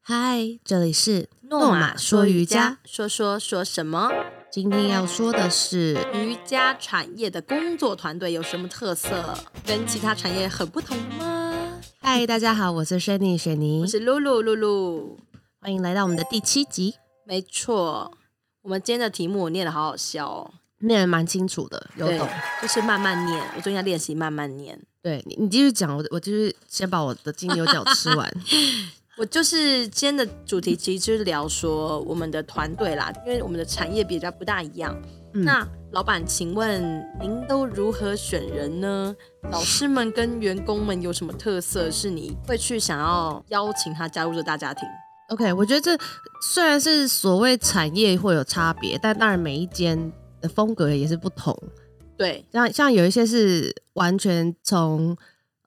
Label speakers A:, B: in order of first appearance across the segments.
A: 嗨，这里是
B: 诺玛说瑜伽，，说说说什么？
A: 今天要说的是
B: 瑜伽产业的工作团队有什么特色？跟其他产业很不同吗？
A: 嗨，大家好，我是 Shani 雪
B: 我
A: 妮，
B: 是露露露露，
A: 欢迎来到我们的第七集，
B: 没错。我们今天的题目我念的好好笑哦，
A: 念得蛮清楚的，有
B: 对
A: 懂。，
B: 就是慢慢念，我最近在练习慢慢念。
A: 对你，你继续讲，我我就是先把我的金牛角吃 完。
B: 我就是今天的主题，其实就是聊说我们的团队啦，因为我们的产业比较不大一样。
A: 嗯
B: 那老板，请问您都如何选人呢？老师们跟员工们有什么特色是你会去想要邀请他加入这大家庭？
A: OK，我觉得这虽然是所谓产业会有差别，但当然每一间的风格也是不同。
B: 对，
A: 像像有一些是完全从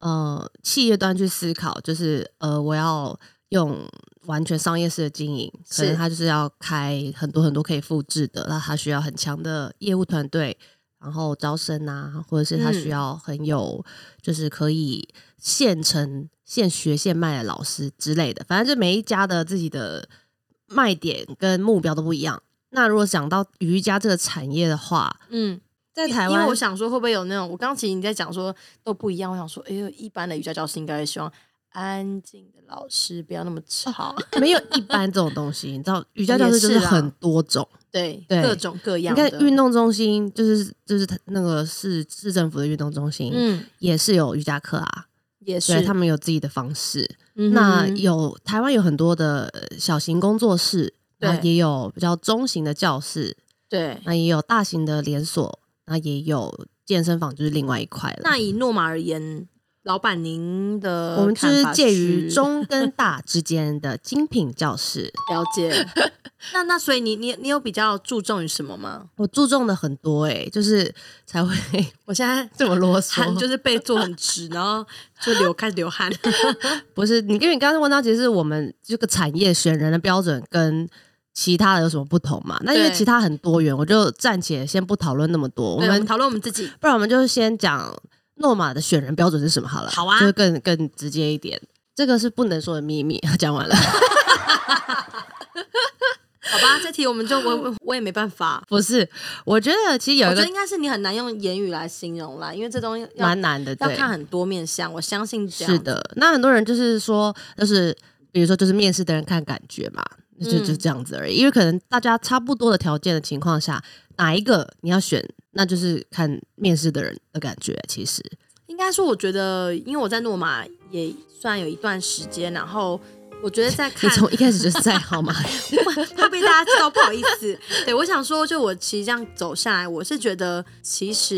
A: 呃企业端去思考，就是呃我要用完全商业式的经营，可能
B: 是
A: 他就是要开很多很多可以复制的，那他需要很强的业务团队，然后招生啊，或者是他需
B: 嗯
A: 要很有、就是可以现成现学现卖的老师之类的，反正就每一家的自己的卖点跟目标都不一样。那如果讲到瑜伽这个产业的话，
B: 嗯，
A: 在台
B: 因
A: 湾
B: 为我想说会不会有那种，我刚刚其实你在讲说都不一样，我想说，哎呦，一般的瑜伽教师应该希望安静的老师不要那么吵，
A: 没有一般这种东西，你知道瑜伽教室就是
B: 也是啦
A: 很多种。
B: 对，
A: 对
B: 各种各
A: 你
B: 样
A: 看
B: 的
A: 运动中心，就是就是它那个市市政府的运动中心，
B: 嗯，
A: 也是有瑜伽课啊，
B: 也
A: 所
B: 是
A: 以他们有自己的方式。
B: 嗯哼
A: 那有台湾有很多的呃小型工作室，
B: 对
A: 然后也有比较中型的教室，
B: 对，
A: 那也有大型的连锁，那也有健身房，就是另外一块了。
B: 那以诺玛而言，老板您的
A: 我们就
B: 看
A: 是
B: 法
A: 介于
B: 是
A: 中跟大之间的精品教室，
B: 了 解。那那所以你你你有比较注重于什么吗？
A: 我注重的很多诶、就是才会
B: 我现在
A: 这么啰嗦，
B: 汗就是背坐很直，然后就流开始流汗。
A: 不是你，因为你刚刚问到，其实我们这个产业选人的标准跟其他的有什么不同嘛？那因为
B: 对
A: 其他很多元，我就暂且先不讨论那么多。我
B: 对我们
A: 们
B: 讨论我们自己。
A: 不然我们就先讲诺玛的选人标准是什么好了。
B: 好啊
A: 就是更更直接一点。这个是不能说的秘密， 讲完 了。
B: 好吧，这题我们就我我我也没办法。
A: 不是，我觉得其实有
B: 我
A: 一
B: 觉得
A: 个
B: 应该是你很难用言语来形容啦，因为这东西要
A: 蛮难的，
B: 要
A: 对，
B: 看很多面相。我相信这样
A: 是的。那很多人就是说，就是比如说，就是面试的人看感觉嘛，就
B: 嗯
A: 就这样子而已。因为可能大家差不多的条件的情况下，哪一个你要选，那就是看面试的人的感觉。其实，
B: 应该说，我觉得因为我在诺玛也算有一段时间，然后我觉得在
A: 你
B: 看
A: 从一开始就是在 好吗？
B: 怕被大家知道，不好意思。 对，我想说，就我其实这样走下来，我是觉得，其实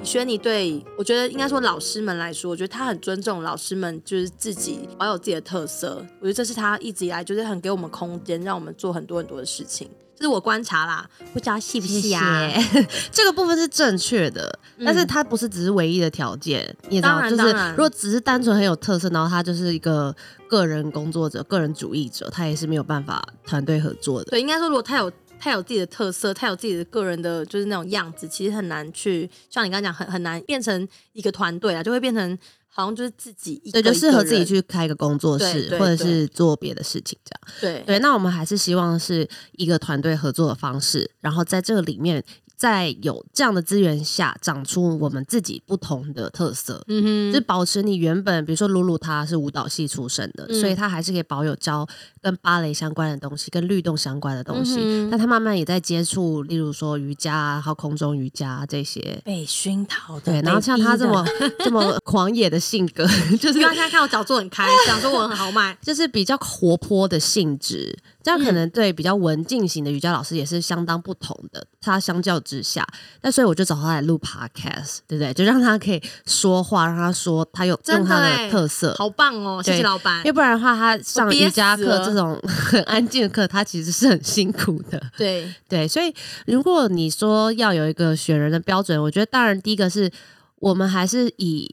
B: 以轩尼对我觉得应该说老师们来说，我觉得他很尊重老师们，就是自己保有自己的特色。我觉得这是他一直以来就是很给我们空间，让我们做很多很多的事情。这是我观察啦，不知道细不细啊？
A: 谢谢 这个部分是正确的，但是
B: 嗯
A: 它不是只是唯一的条件。你也知
B: 当
A: 道，
B: 然
A: 就是
B: 当然
A: 如果只是单纯很有特色，然后他就是一个个人工作者、个人主义者，他也是没有办法团队合作的。
B: 对，应该说，如果他有他有自己的特色，他有自己的个人的，就是那种样子，其实很难去像你刚刚讲，很很难变成一个团队啊，就会变成好像就是自己一个
A: 对，就
B: 一
A: 适
B: 个
A: 合自己
B: 人
A: 去开个工作
B: 对
A: 室，
B: 对
A: 或者
B: 对
A: 是做别的事情这样。
B: 对
A: 对，那我们还是希望是一个团队合作的方式，然后在这个里面，在有这样的资源下，长出我们自己不同的特色。
B: 嗯哼，
A: 就是保持你原本，比如说露露她是舞蹈系出身的，
B: 嗯
A: 所以她还是可以保有教跟芭蕾相关的东西，跟律动相关的东西。
B: 嗯哼
A: 但她慢慢也在接触，例如说瑜伽啊，还有空中瑜伽啊这些。
B: 被熏陶的
A: 对，然后像她 这么 这么狂野的性格， 就是
B: 因为他现在看我脚做很开，想说我很豪迈。
A: 就是比较活泼的性质，这样可
B: 嗯
A: 能对比较文静型的瑜伽老师也是相当不同的。他相较之下，那所以我就找他来录 podcast，对不对？就让他可以说话，让他说他有
B: 真的
A: 用他的
B: 欸
A: 特色。
B: 好棒哦！谢
A: 对
B: 谢老板
A: 要。不然的话，他上
B: 我憋
A: 瑜伽
B: 死
A: 课
B: 了
A: 这种 很安静的课，他其实是很辛苦的。
B: 对，
A: 对，所以如果你说要有一个选人的标准，我觉得当然第一个是我们还是以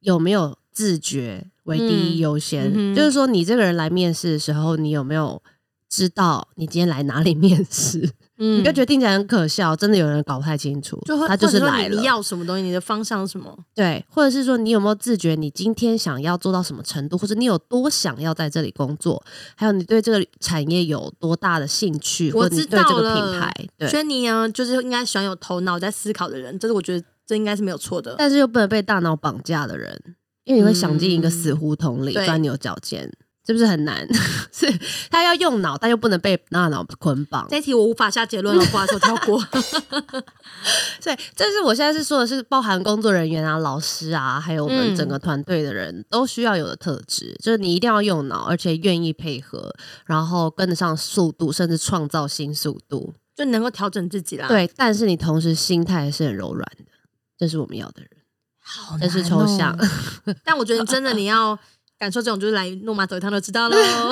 A: 有没有自觉为第一
B: 嗯
A: 优先，
B: 嗯哼
A: 就是说你这个人来面试的时候，你有没有知道你今天来哪里面试？
B: 嗯
A: 你就觉得听起来很可笑，真的有人搞不太清楚，
B: 就会
A: 他就是
B: 或者说
A: 来
B: 你
A: 了
B: 你，要什么东西，你的方向是什么？
A: 对，或者是说你有没有自觉，你今天想要做到什么程度，或者你有多想要在这里工作，还有你对这个产业有多大的兴趣，
B: 我
A: 或者你
B: 知
A: 对这
B: 道
A: 个
B: 了
A: 品牌，对，
B: 轩尼呢，啊就是应该喜欢有头脑在思考的人，这是我觉得这应该是没有错的。
A: 但是又不能被大脑绑架的人，因为你会想进一个死胡同里
B: 嗯对
A: 钻牛角尖，是不是很难？ 是他要用脑，但又不能被大脑捆绑。
B: 这一题我无法下结论了，不好意思，我跳过。
A: 所以，这是我现在是说的是包含工作人员啊、老师啊，还有我们
B: 嗯
A: 整个团队的人、都需要有的特质，就是你一定要用脑，而且愿意配合，然后跟得上速度，甚至创造新速度。
B: 就能够调整自 己啦。，
A: 对，但是你同时心态是很柔软的，这是我们要的人，
B: 好
A: 这是抽象。
B: 难哦。但我觉得真的你要感受这种，就是来诺马走一趟就知道喽。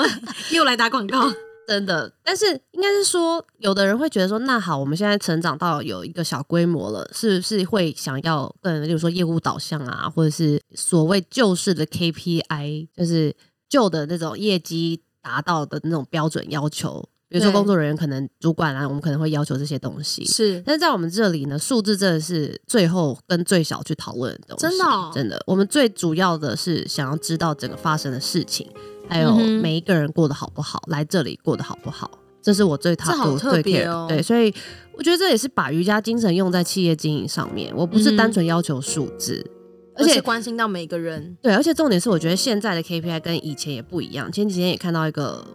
B: 又来打广告，
A: 真的，但是应该是说，有的人会觉得说，那好，我们现在成长到有一个小规模了，是不是会想要更，例如说业务导向啊，或者是所谓旧式的 KPI，就是旧的那种业绩达到的那种标准要求，比如说
B: 对
A: 工作人员可能主管啊，我们可能会要求这些东西。
B: 是
A: 但是在我们这里呢，数字真的是最后跟最小去讨论的东西。
B: 真的哦
A: 真的，我们最主要的是想要知道整个发生的事情，还有
B: 嗯哼
A: 每一个人过得好不好，来这里过得好不好，这是我最讨
B: 这好
A: 我
B: 特
A: 最
B: 别
A: care 的
B: 哦
A: 对，所以我觉得这也是把瑜伽精神用在企业经营上面。我不
B: 嗯
A: 是
B: 哼
A: 单纯要求数字，而
B: 而且
A: 且
B: 关心到每个人。
A: 对，而且重点是，我觉得现在的 KPI 跟以前也不一样。前几天也看到一个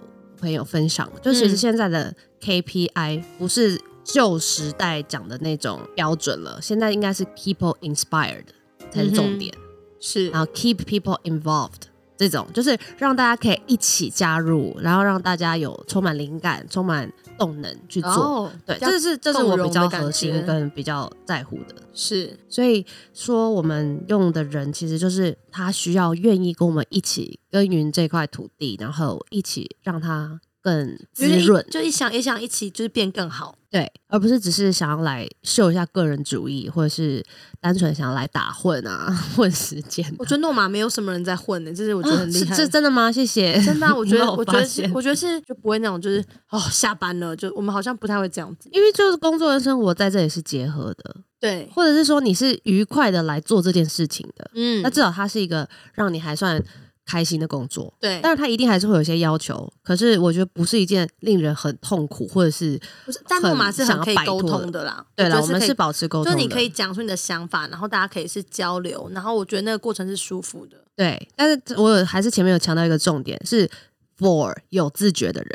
A: 朋友分享，就其实
B: 嗯
A: 现在的 KPI 不是旧时代讲的那种标准了，现在应该是 people inspired 才是
B: 嗯
A: 重
B: 哼
A: 点，
B: 是
A: 然后 keep people involved。这种就是让大家可以一起加入，然后让大家有充满灵感、充满动能去做。
B: 哦，
A: 对，
B: 这样
A: 这是这是
B: 共
A: 我
B: 融
A: 比
B: 的
A: 较
B: 感
A: 核心
B: 觉
A: 跟比较在乎的。
B: 是
A: 所以说，我们用的人其实就是他需要愿意跟我们一起耕耘这块土地，然后一起让它更滋
B: 就是一
A: 润，
B: 就一想也想一起就是变更好。
A: 对，而不是只是想要来秀一下个人主义，或者是单纯想要来打混啊， 混时间啊、
B: 我觉得诺马没有什么人在混的，这是我
A: 我
B: 觉得很厉害。
A: 啊是是真的吗？谢谢。
B: 真的啊、我觉
A: 你
B: 得，
A: 让我
B: 我觉得
A: 发
B: 是
A: 现，
B: 我觉得是就不会那种，就是哦，下班了，就我们好像不太会这样子。
A: 因为就是工作跟生活在这里是结合的，
B: 对，
A: 或者是说你是愉快的来做这件事情的，
B: 嗯
A: 那至少它是一个让你还算开心的工作。
B: 对，
A: 但是他一定还是会有一些要求，可是我觉得不是一件令人很痛苦，或者是
B: 不是，但诺马是
A: 想
B: 很
A: 要
B: 可以
A: 摆
B: 沟
A: 脱
B: 通
A: 的
B: 的啦。
A: 对
B: 了，
A: 了，我们是保持沟
B: 就
A: 通
B: 是
A: 的，
B: 你可以讲出你的想法，然后大家可以是交流，然后我觉得那个过程是舒服的。
A: 对。但是我有还是前面有强调一个重点是。for 有自觉的人，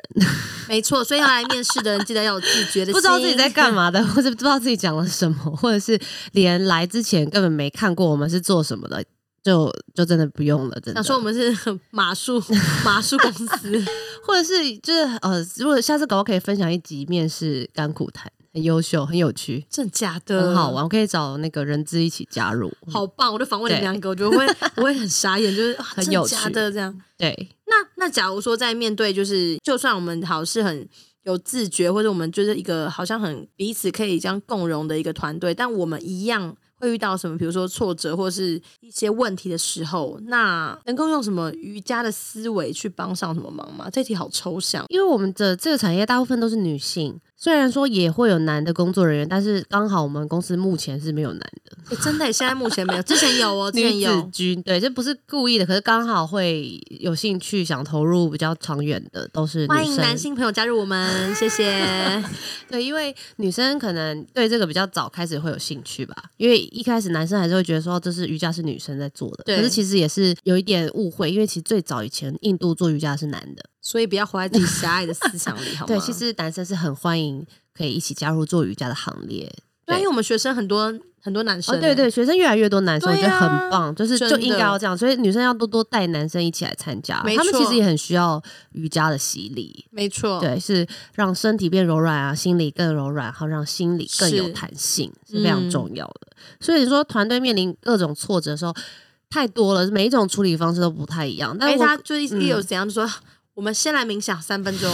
B: 没错，所以要来面试的人，记得要有自觉的 心，
A: 不知道自己在干嘛的，或者不知道自己讲了什么，或者是连来之前根本没看过我们是做什么的，就就真的不用了，真的
B: 想。说我们是 马术马术公 司，
A: 或者是就是呃，如果下次搞不好可以分享一集面试甘苦谈，很优秀，很有趣，
B: 真的假的？
A: 很好玩，我可以找那个人资一起加入。
B: 呃好棒！我就访问你们
A: 对
B: 两个，我觉得我 会我会很傻眼，就是啊
A: 很
B: 真的
A: 有
B: 假
A: 趣
B: 的这样。
A: 对，
B: 那那假如说在面对就是，就算我们好像是很有自觉，或者我们就是一个好像很彼此可以这样共融的一个团队，但我们一样会遇到什么，比如说挫折或是一些问题的时候，那能够用什么瑜伽的思维去帮上什么忙吗？这题好抽象。
A: 因为我们的这个产业大部分都是女性，虽然说也会有男的工作人员，但是刚好我们公司目前是没有男的，
B: 诶 真的耶，现在目前没有，之前有 哦，之前
A: 女子
B: 有。
A: 军对，这不是故意的，可是刚好会有兴趣想投入比较长远的都是
B: 欢
A: 女
B: 迎
A: 生，
B: 男性朋友加入我们，谢 谢。
A: 对，因为女生可能对这个比较早开始会有兴趣吧，因为一开始男生还是会觉得说哦这是瑜伽是女生在做的，
B: 对
A: 可是其实也是有一点误会，因为其实最早以前印度做瑜伽是男的，
B: 所以不要活在自己狭隘的思想里，好吗？
A: 对，其实男生是很欢迎可以一起加入做瑜伽的行列，
B: 对，
A: 对
B: 因为我们学生很多很多男生、啊
A: 哦，对对，学生越来越多，男生、我觉
B: 对
A: 得
B: 啊
A: 很棒，就是
B: 真
A: 就应该
B: 的
A: 要这样，所以女生要多多带男生一起来参加，
B: 没
A: 他们其
B: 错
A: 实也很需要瑜伽的洗礼，
B: 没错，
A: 对，是让身体变柔软啊，心理更柔软，好让心理更有
B: 是
A: 弹性是非常
B: 嗯
A: 重要的。所以说，团队面临各种挫折的时候。太多了，每一种处理方式都不太一样。但
B: 哎，
A: 是我嗯
B: 他就一一有怎样就说。我们先来冥想三分 钟，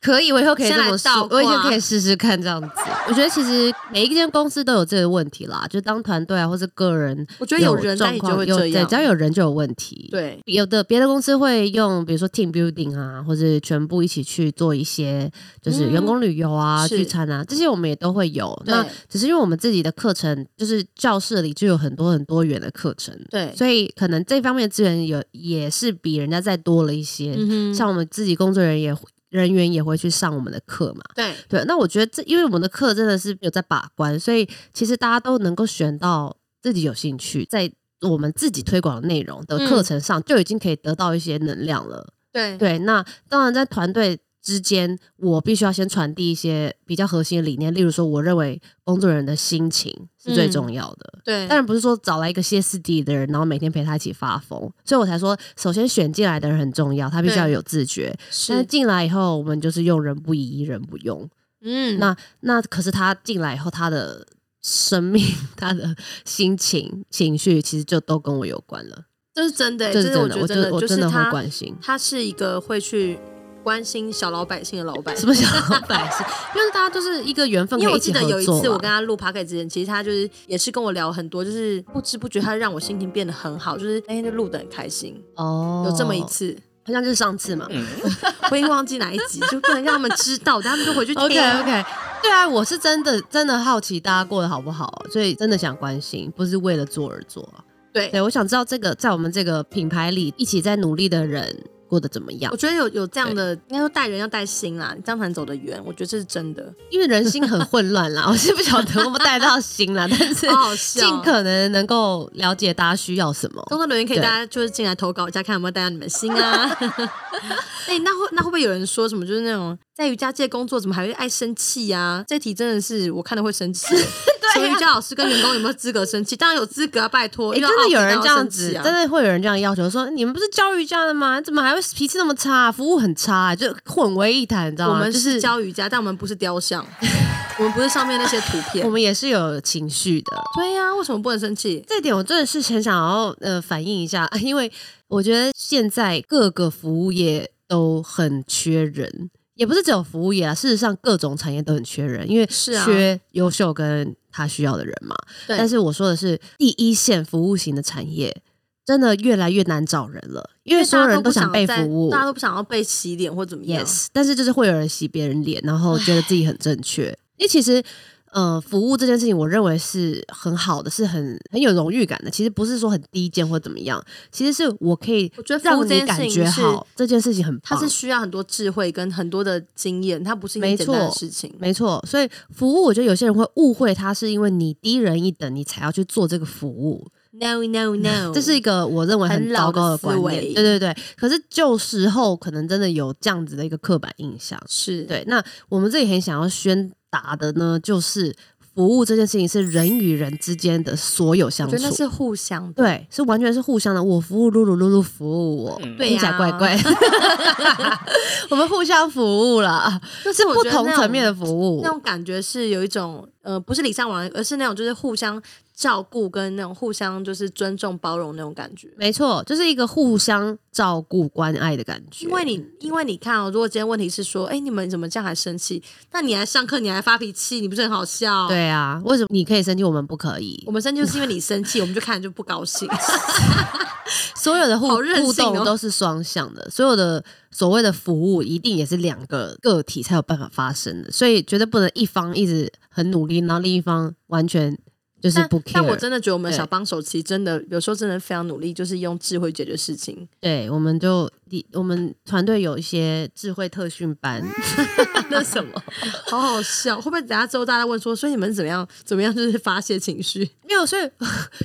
A: 可以，我以后可以这么
B: 先来倒
A: 说，
B: 挂
A: 我以前可以试试看这样子。我觉得其实每一间公司都有这个问题啦，就当团队啊，或是个人，
B: 我觉得有人在
A: 状
B: 你
A: 况
B: 就会
A: 有
B: 这
A: 对，
B: 样
A: 只。要有人就有问题。，
B: 对，
A: 有的别的公司会用，比如说 team building 啊，或者全部一起去做一些就是
B: 嗯
A: 员工旅游啊、
B: 是
A: 聚餐啊，这些我们也都会有。
B: 对
A: 那只是因为我们自己的课程，就是教室里就有很多很多元的课程，
B: 对，
A: 所以可能这方面的资源有也是比人家再多了一些。
B: 嗯哼，
A: 像我们自己工作人员也人员也会去上我们的课嘛。
B: 对，
A: 对，那我觉得这因为我们的课真的是有在把关，所以其实大家都能够选到自己有兴趣，在我们自己推广的内容的
B: 嗯
A: 课程上，就已经可以得到一些能量了。
B: 对，
A: 对，那当然在团队。之间，我必须要先传递一些比较核心的理念，例如说，我认为工作人员的心情是最
B: 嗯
A: 重要的。
B: 对，
A: 当然不是说找来一个歇斯底里的人，然后每天陪他一起发疯，所以我才说，首先选进来的人很重要，他必须要
B: 对
A: 有自觉。但是
B: 是，
A: 进来以后，我们就是用人不疑，人不用。
B: 嗯，
A: 那那可是他进来以后，他的生命、 他的心情、情绪，其实就都跟我有关了。
B: 这是真的欸，
A: 这是
B: 这是
A: 真
B: 我
A: 的，
B: 觉
A: 我
B: 得
A: 真的我
B: 就是
A: 真的会
B: 他，
A: 关心。
B: 他是一个会去关心小老百姓的老百
A: 什
B: 姓。
A: 么 小老百姓？因为大家就是一个缘分，
B: 因
A: 可
B: 为
A: 以
B: 我
A: 一起
B: 记得有
A: 合
B: 一
A: 作啊
B: 次我
A: 嘛
B: 跟他录 p o d 之前，其实他就是也是跟我聊很多，就是不知不觉他让我心情变得很好，就是那天就录得很开心，
A: 哦，
B: 有这么一，次，
A: 好像就是上次嘛。
B: 我已经忘记哪一集，就不能让他们知道，等他们就回去听。
A: OK OK，对 啊，我是真的真的好奇大家过得好不好，所以真的想关心，不是为了做而做啊。
B: 对
A: 对，，我想知道这个在我们这个品牌里一起在努力的人过得怎么样
B: 我，觉得有有这样的，应该说带人要带心啦，你这样才能走得远。我觉得这是真的，
A: 因为人心很混乱啦，我 是不晓得我们带到心 啦，但是
B: 好好笑。
A: 尽可能能够了解大家需要什么。
B: 工作留言可以
A: 对
B: 大家就是进来投稿一下，看有没有带到你们 心啊。 哎、那会那会不会有人说什么？就是那种在瑜伽界工作，怎么还会爱生气呀、啊？这题真的是我看了会生气。
A: 啊
B: 所以瑜伽老师跟员工有没有资格生气？当然有资格啊，拜托。
A: 哎、
B: 遇到
A: 真的有
B: 傲娇
A: 人
B: 要
A: 这样
B: 生
A: 子，
B: 气啊
A: 真的会有人这样要求说，你们不是教瑜伽的吗？怎么还会脾气那么差、服务很差、就混为一谈，你知道
B: 我
A: 吗？
B: 们
A: 就是
B: 是教瑜伽，但我们不是 雕像，我们不是上面那些图片
A: 我。们也是有情绪的，
B: 对呀、为什么不能生气？
A: 这点我真的是很想要呃反映一下， 因为我觉得现在各个服务业都很缺人，也不是只有服务业啊，事实上各种产业都很缺人，因为
B: 是啊
A: 缺优秀跟他需要的人嘛。
B: 对
A: 但是我说的是第一线服务型的产业，真的越来越难找人了，因为所有
B: 大家
A: 人
B: 都不
A: 想被
B: 再
A: 服务
B: 大。家都不想要被洗脸或怎么样。
A: Yes，但是就是会有人洗别人脸，然后觉得自己很正确。因为其实，呃，服务这件事情，我认为是很好的，是很很有荣誉感的。其实不是说很低贱或怎么样，其实是我可以
B: 我觉得服务
A: 让
B: 这
A: 你
B: 件
A: 感
B: 事
A: 觉
B: 情是，
A: 好，这件事情很
B: 它
A: 棒。
B: 是需要很多智慧跟很多的经验，它不是
A: 嗯
B: 一
A: 没
B: 件简单的
A: 错
B: 事情。
A: 没错，所以服务，我觉得有些人会误会它是因为你低人一等，你才要去做这个服务，
B: No no no，
A: 这是一个我认为
B: 嗯很
A: 糟
B: 老的
A: 糕的
B: 思
A: 观念。
B: 维
A: 对对对，可是旧时候可能真的有这样子的一个刻板印象。
B: 是
A: 对，那我们这里很想要宣达的呢，就是服务这件事情是人与人之间的所有
B: 我
A: 相
B: 觉得那
A: 处。
B: 是互相的。
A: 对，是完全是互相的。我服务露露，露露服务我，
B: 对
A: 听起来
B: 呀
A: 怪怪的。 我们互相服务了，
B: 就是
A: 是
B: 我
A: 不
B: 觉得
A: 同
B: 那
A: 层
B: 种
A: 面的服务
B: 那。种感觉是有一种呃，不是礼尚往来，而是那种就是互相照顾跟那种互相就是尊重包容那种感觉。
A: 没错，就是一个互相照顾、关爱的感觉。
B: 因为你，因为你看哦，如果今天问题是说，哎，你们怎么这样还生气？那你还上课，你还发脾气，你不是很好笑？，
A: 对啊，为什么你可以生气，我们不可以
B: 我？们生气就是因为你生气，我们就看着就不高兴。
A: 所有的互、
B: 好任性
A: 互动
B: 哦
A: 都是双向的，所有的所谓的服务一定也是两个个体才有办法发生的，所以绝对不能一方一直很努力，然后另一方完全就是
B: 但
A: 不
B: 但我
A: care。
B: 真的觉得我们
A: 对
B: 小帮手其实真的有时候真的非常努力，就是用智慧解决事情。
A: 对，我们就我们团队有一些智慧特训 班，那什么
B: 好好笑，会不会等下之后大家问说，所以你们怎么样怎么样就是发泄情绪？
A: 没有，所以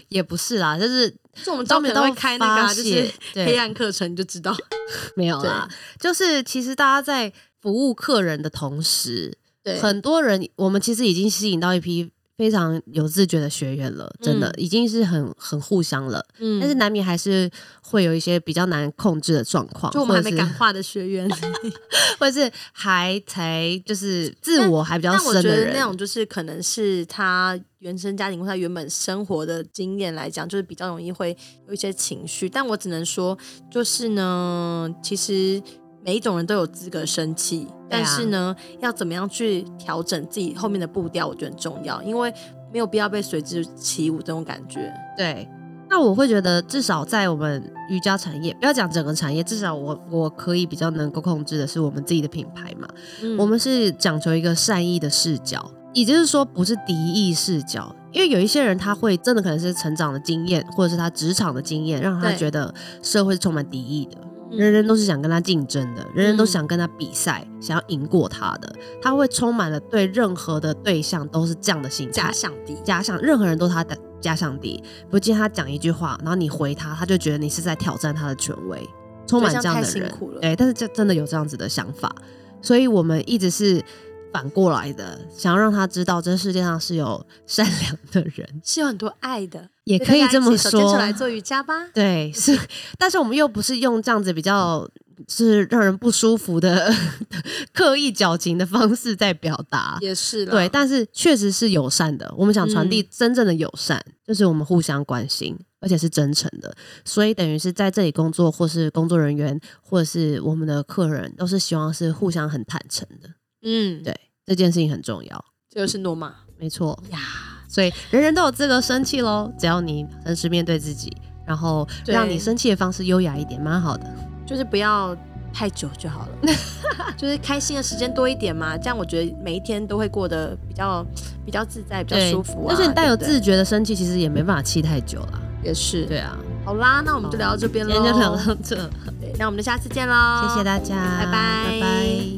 A: 也不是啦，就是
B: 就我们
A: 他
B: 招
A: 们
B: 聘
A: 都
B: 会开那个、啊、
A: 发
B: 就
A: 泄
B: 是
A: 对
B: 黑暗课程，你就知道。
A: 没有啦，就是其实大家在服务客人的同时，
B: 对
A: 很多人，我们其实已经吸引到一批非常有自觉的学员了，真的、
B: 嗯
A: 已经是很很互相了。
B: 嗯
A: 但是难免还是会有一些比较难控制的状况，
B: 就我们还没
A: 或者
B: 感
A: 是，
B: 化的学员，
A: 或者是还才就是自我还比较
B: 但我
A: 深
B: 觉
A: 的
B: 得那
A: 人，
B: 种就是可能是他原生家庭或他原本生活的经验来讲，就是比较容易会有一些情绪。但我只能说，就是呢，其实每一种人都有资格生气，
A: 对啊
B: 但是呢，要怎么样去调整自己后面的步调，我觉得很重要，因为没有必要被随之起舞这种感觉。
A: 对，那我会觉得至少在我们瑜伽产业，不要讲整个产业，至少我我可以比较能够控制的是我们自己的品牌嘛。
B: 嗯
A: 我们是讲求一个善意的视角，也就是说不是敌意视角，因为有一些人他会真的可能是成长的经验，或者是他职场的经验，让他
B: 对
A: 觉得社会是充满敌意的。
B: 嗯
A: 人人都是想跟他竞争的，人人都
B: 嗯
A: 想跟他比赛，想要赢过他的，他会充满了对任何的对象都是这样的心态
B: 假。想敌，
A: 假想任何人都是他的假想敌，不见他讲一句话，然后你回他，他就觉得你是在挑战他的权威，充满
B: 对
A: 这样
B: 这样
A: 的
B: 太辛
A: 人
B: 苦。了
A: 对，但是这真的有这样子的想法，所以我们一直是反过来的，想要让他知道这世界上是有善良的 人，
B: 是有很多爱的，
A: 也可以这么
B: 大家一起手牵手
A: 说。
B: 来做瑜伽吧。
A: 对，是，但是我们又不是用这样子比较是让人不舒服的 刻意矫情的方式在表达，
B: 也是
A: 啊
B: 啦
A: 对，但是确实是友善的。我们想传递
B: 嗯
A: 真正的友善，就是我们互相关心，而且是真诚的。所以等于是在这里工作，或是工作人员，或者是我们的客人，都是希望是互相很坦诚的。
B: 嗯，
A: 对，这件事情很重要。
B: 这就是诺玛
A: 没错，
B: 呀，
A: 所以人人都有资格生气喽，只要你诚实面对自己，然后
B: 对
A: 让你生气的方式优雅一点，蛮好的。
B: 就是不要太久就好了， 就是开心的时间多一点嘛，这样我觉得每一天都会过得比较比较自在，比较
A: 对
B: 舒服啊。
A: 但是你带有
B: 对不对
A: 自觉的生气，其实也没办法气太久啦。
B: 也是
A: 对啊，
B: 好啦，那我们就聊到这边
A: 今
B: 喽，
A: 天就聊到这，
B: 对，那我们就下次见喽，
A: 谢谢大家，
B: 拜
A: 拜
B: 拜
A: 拜。